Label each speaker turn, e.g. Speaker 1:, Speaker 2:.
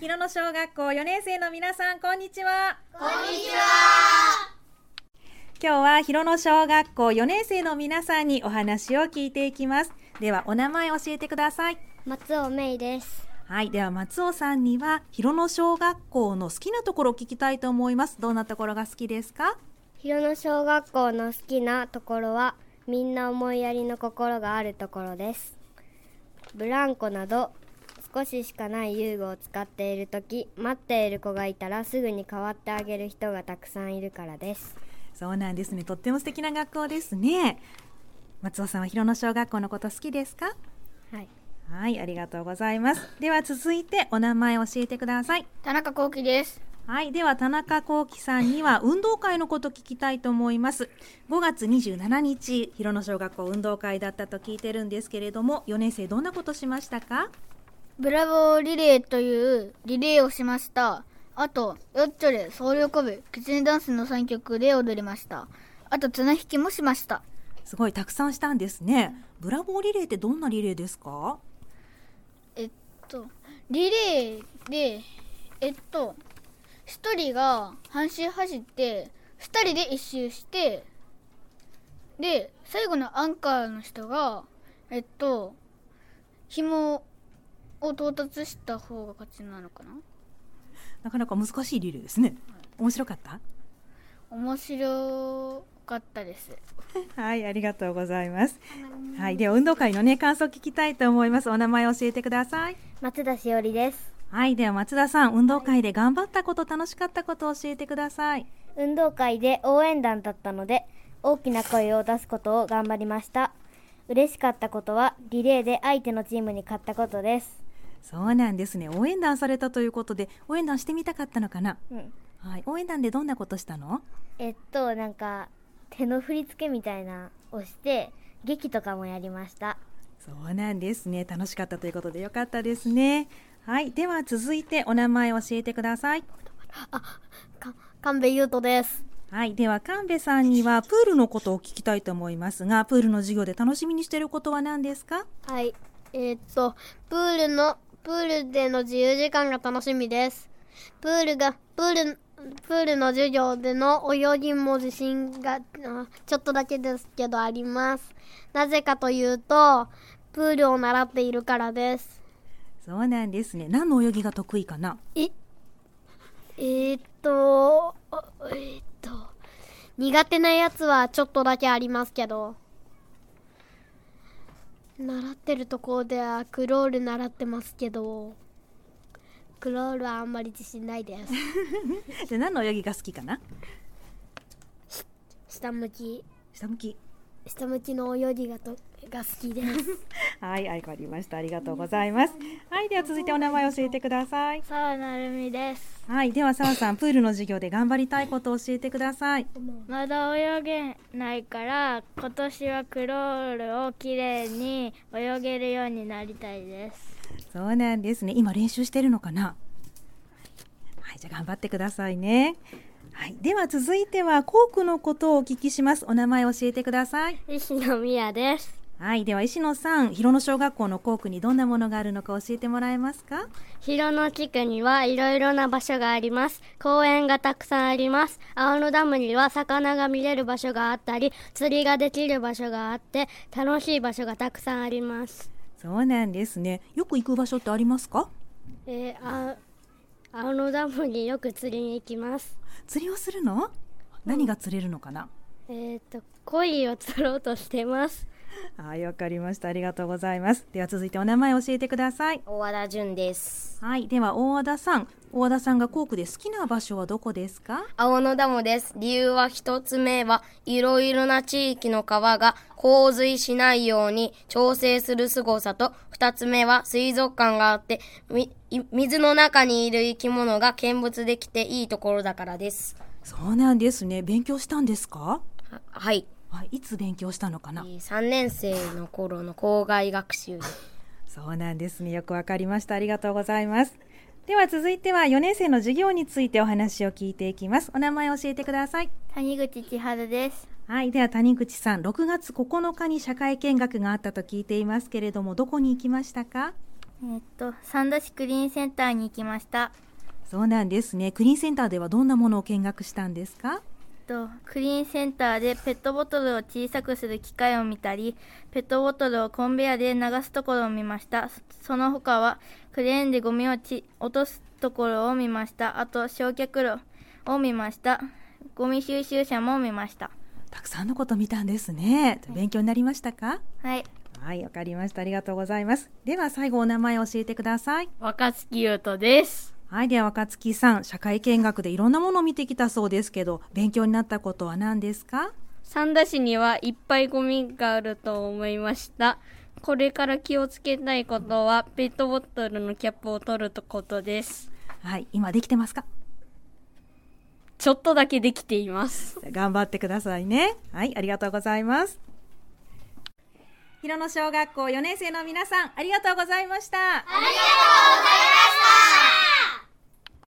Speaker 1: 広野小学校4年生の皆さんこんにちは
Speaker 2: こんにちは。
Speaker 1: 今日は広野小学校4年生の皆さんにお話を聞いていきますではお名前教えてください
Speaker 3: 松尾芽衣です。
Speaker 1: はいでは松尾さんには広野小学校の好きなところを聞きたいと思いますどんなところが好きですか
Speaker 3: 広野小学校の好きなところは、みんな思いやりの心があるところです。ブランコなど、少ししかない遊具を使っているとき、待っている子がいたらすぐに代わってあげる人がたくさんいるからです。
Speaker 1: そうなんですねとっても素敵な学校ですね松尾さんは広野小学校のこと好きですか
Speaker 3: はい。
Speaker 1: はいありがとうございますでは続いてお名前教えてください
Speaker 2: 田中幸喜です。
Speaker 1: はい、では田中幸喜さんには運動会のこと聞きたいと思います。5月27日、広野小学校運動会だったと聞いてるんですけれども、4年生どんなことしましたか？
Speaker 2: ブラボーリレーというリレーをしました。あと、ヨッチョレ、総力部、キツネダンスの3曲で踊りました。あと、綱引きもしました。
Speaker 1: すごいたくさんしたんですね。ブラボーリレーってどんなリレーですか？
Speaker 2: えっと、リレーで、えっと、1人が半周走って、2人で1周して、で、最後のアンカーの人が、えっと、紐を到達した方が勝ちなのかな
Speaker 1: なかなか難しいリレーですね。面白かった？
Speaker 2: 面白かったです。
Speaker 1: はい、ありがとうございます。はい、では運動会のね感想聞きたいと思います。お名前教えてください。
Speaker 3: 松田しおりです。
Speaker 1: はい、では松田さん、運動会で頑張ったこと、楽しかったことを教えてください。
Speaker 3: 運動会で応援団だったので、大きな声を出すことを頑張りました。嬉しかったことは、リレーで相手のチームに勝ったことです。
Speaker 1: そうなんですね。応援団されたということで、応援団してみたかったのかな。
Speaker 3: うん。
Speaker 1: はい、応援団でどんなことしたの。
Speaker 3: えっとなんか手の振り付けみたいなのをして劇とかもやりました
Speaker 1: そうなんですね。楽しかったということで、よかったですね。はい、では続いてお名前を教えてください。
Speaker 3: か神戸優斗です
Speaker 1: はい、では神戸さんにはプールのことを聞きたいと思いますが、プールの授業で楽しみにしていることは何ですか。
Speaker 3: はいえっとプールのプールでの自由時間が楽しみですプールがプールプールの授業での泳ぎも自信があちょっとだけですけどありますなぜかというとプールを習っているからです
Speaker 1: そうなんですね。何の泳ぎが得意かな。
Speaker 3: えー、っと、あえー、っと、苦手なやつはちょっとだけありますけど、習ってるところではクロール習ってますけど、クロールはあんまり自信ないです。
Speaker 1: で、何の泳ぎが好きかな。
Speaker 3: 下向き、
Speaker 1: 下向き。
Speaker 3: 下向きの泳ぎがとが好きです。
Speaker 1: はい、あ、わかりました。ありがとうございます。はい、では続いてお名前を教えてください。
Speaker 2: 沢なるみです。
Speaker 1: はい、では澤さん、プールの授業で頑張りたいことを教えてください。
Speaker 2: まだ泳げないから、今年はクロールをきれいに泳げるようになりたいです。
Speaker 1: そうなんですね。今練習してるのかな。はい、じゃあ頑張ってくださいね。はい、では続いては校区のことをお聞きします。お名前教えてください。
Speaker 3: 石野美也です。
Speaker 1: はい、では石野さん、広野小学校の校区にどんなものがあるのか教えてもらえますか。
Speaker 3: 広野地区にはいろいろな場所があります公園がたくさんあります青野ダムには魚が見れる場所があったり釣りができる場所があって楽しい場所がたくさんあります
Speaker 1: そうなんですね。よく行く場所ってありますか。
Speaker 3: えー、あ青野ダムによく釣りに行きます
Speaker 1: 釣りをするの。何が釣れるのかな。
Speaker 3: えっ、と鯉を釣ろうとしてます
Speaker 1: はい、わかりました。ありがとうございます。では続いてお名前教えてください。
Speaker 3: 大和田純です
Speaker 1: はい、では大和田さん、大和田さんが校区で好きな場所はどこですか？
Speaker 3: 青野ダムです。理由は一つ目は、いろいろな地域の川が洪水しないように調整する凄さと、二つ目は水族館があって、みい水の中にいる生き物が見物できていいところだからです。
Speaker 1: そうなんですね。勉強したんですか？
Speaker 3: ははい、
Speaker 1: あいつ勉強したのか
Speaker 3: え
Speaker 1: な？
Speaker 3: ー3年生の頃の校外学習です。
Speaker 1: そうなんですね。よくわかりました。ありがとうございます。では続いては4年生の授業についてお話を聞いていきます。お名前教えてください。
Speaker 2: 谷口千春です。
Speaker 1: はい、では谷口さん、6月9日に社会見学があったと聞いていますけれども、どこに行きましたか？
Speaker 3: えっと三田市クリーンセンターに行きました。
Speaker 1: そうなんですね。クリーンセンターではどんなものを見学したんですか
Speaker 3: えっとクリーンセンターでペットボトルを小さくする機械を見たりペットボトルをコンベヤで流すところを見ましたそその他はクレーンでゴミをち落とすところを見ましたあと焼却炉を見ましたゴミ収集車も見ました
Speaker 1: たくさんのこと見たんですね。勉強になりましたか
Speaker 3: はい
Speaker 1: はい、わかりました。ありがとうございます。では最後お名前を教えてください。
Speaker 4: 若月優斗です。
Speaker 1: はい、では若月さん、社会見学でいろんなものを見てきたそうですけど、勉強になったことは何ですか
Speaker 4: 三田市にはいっぱいゴミがあると思いました。これから気をつけたいことは、ペットボトルのキャップを取ることです。
Speaker 1: はい、今できてますか
Speaker 4: ちょっとだけできています。
Speaker 1: 頑張ってくださいね。はい、ありがとうございます。広野小学校4年生の皆さん、ありがとうございました。ありがとうございました。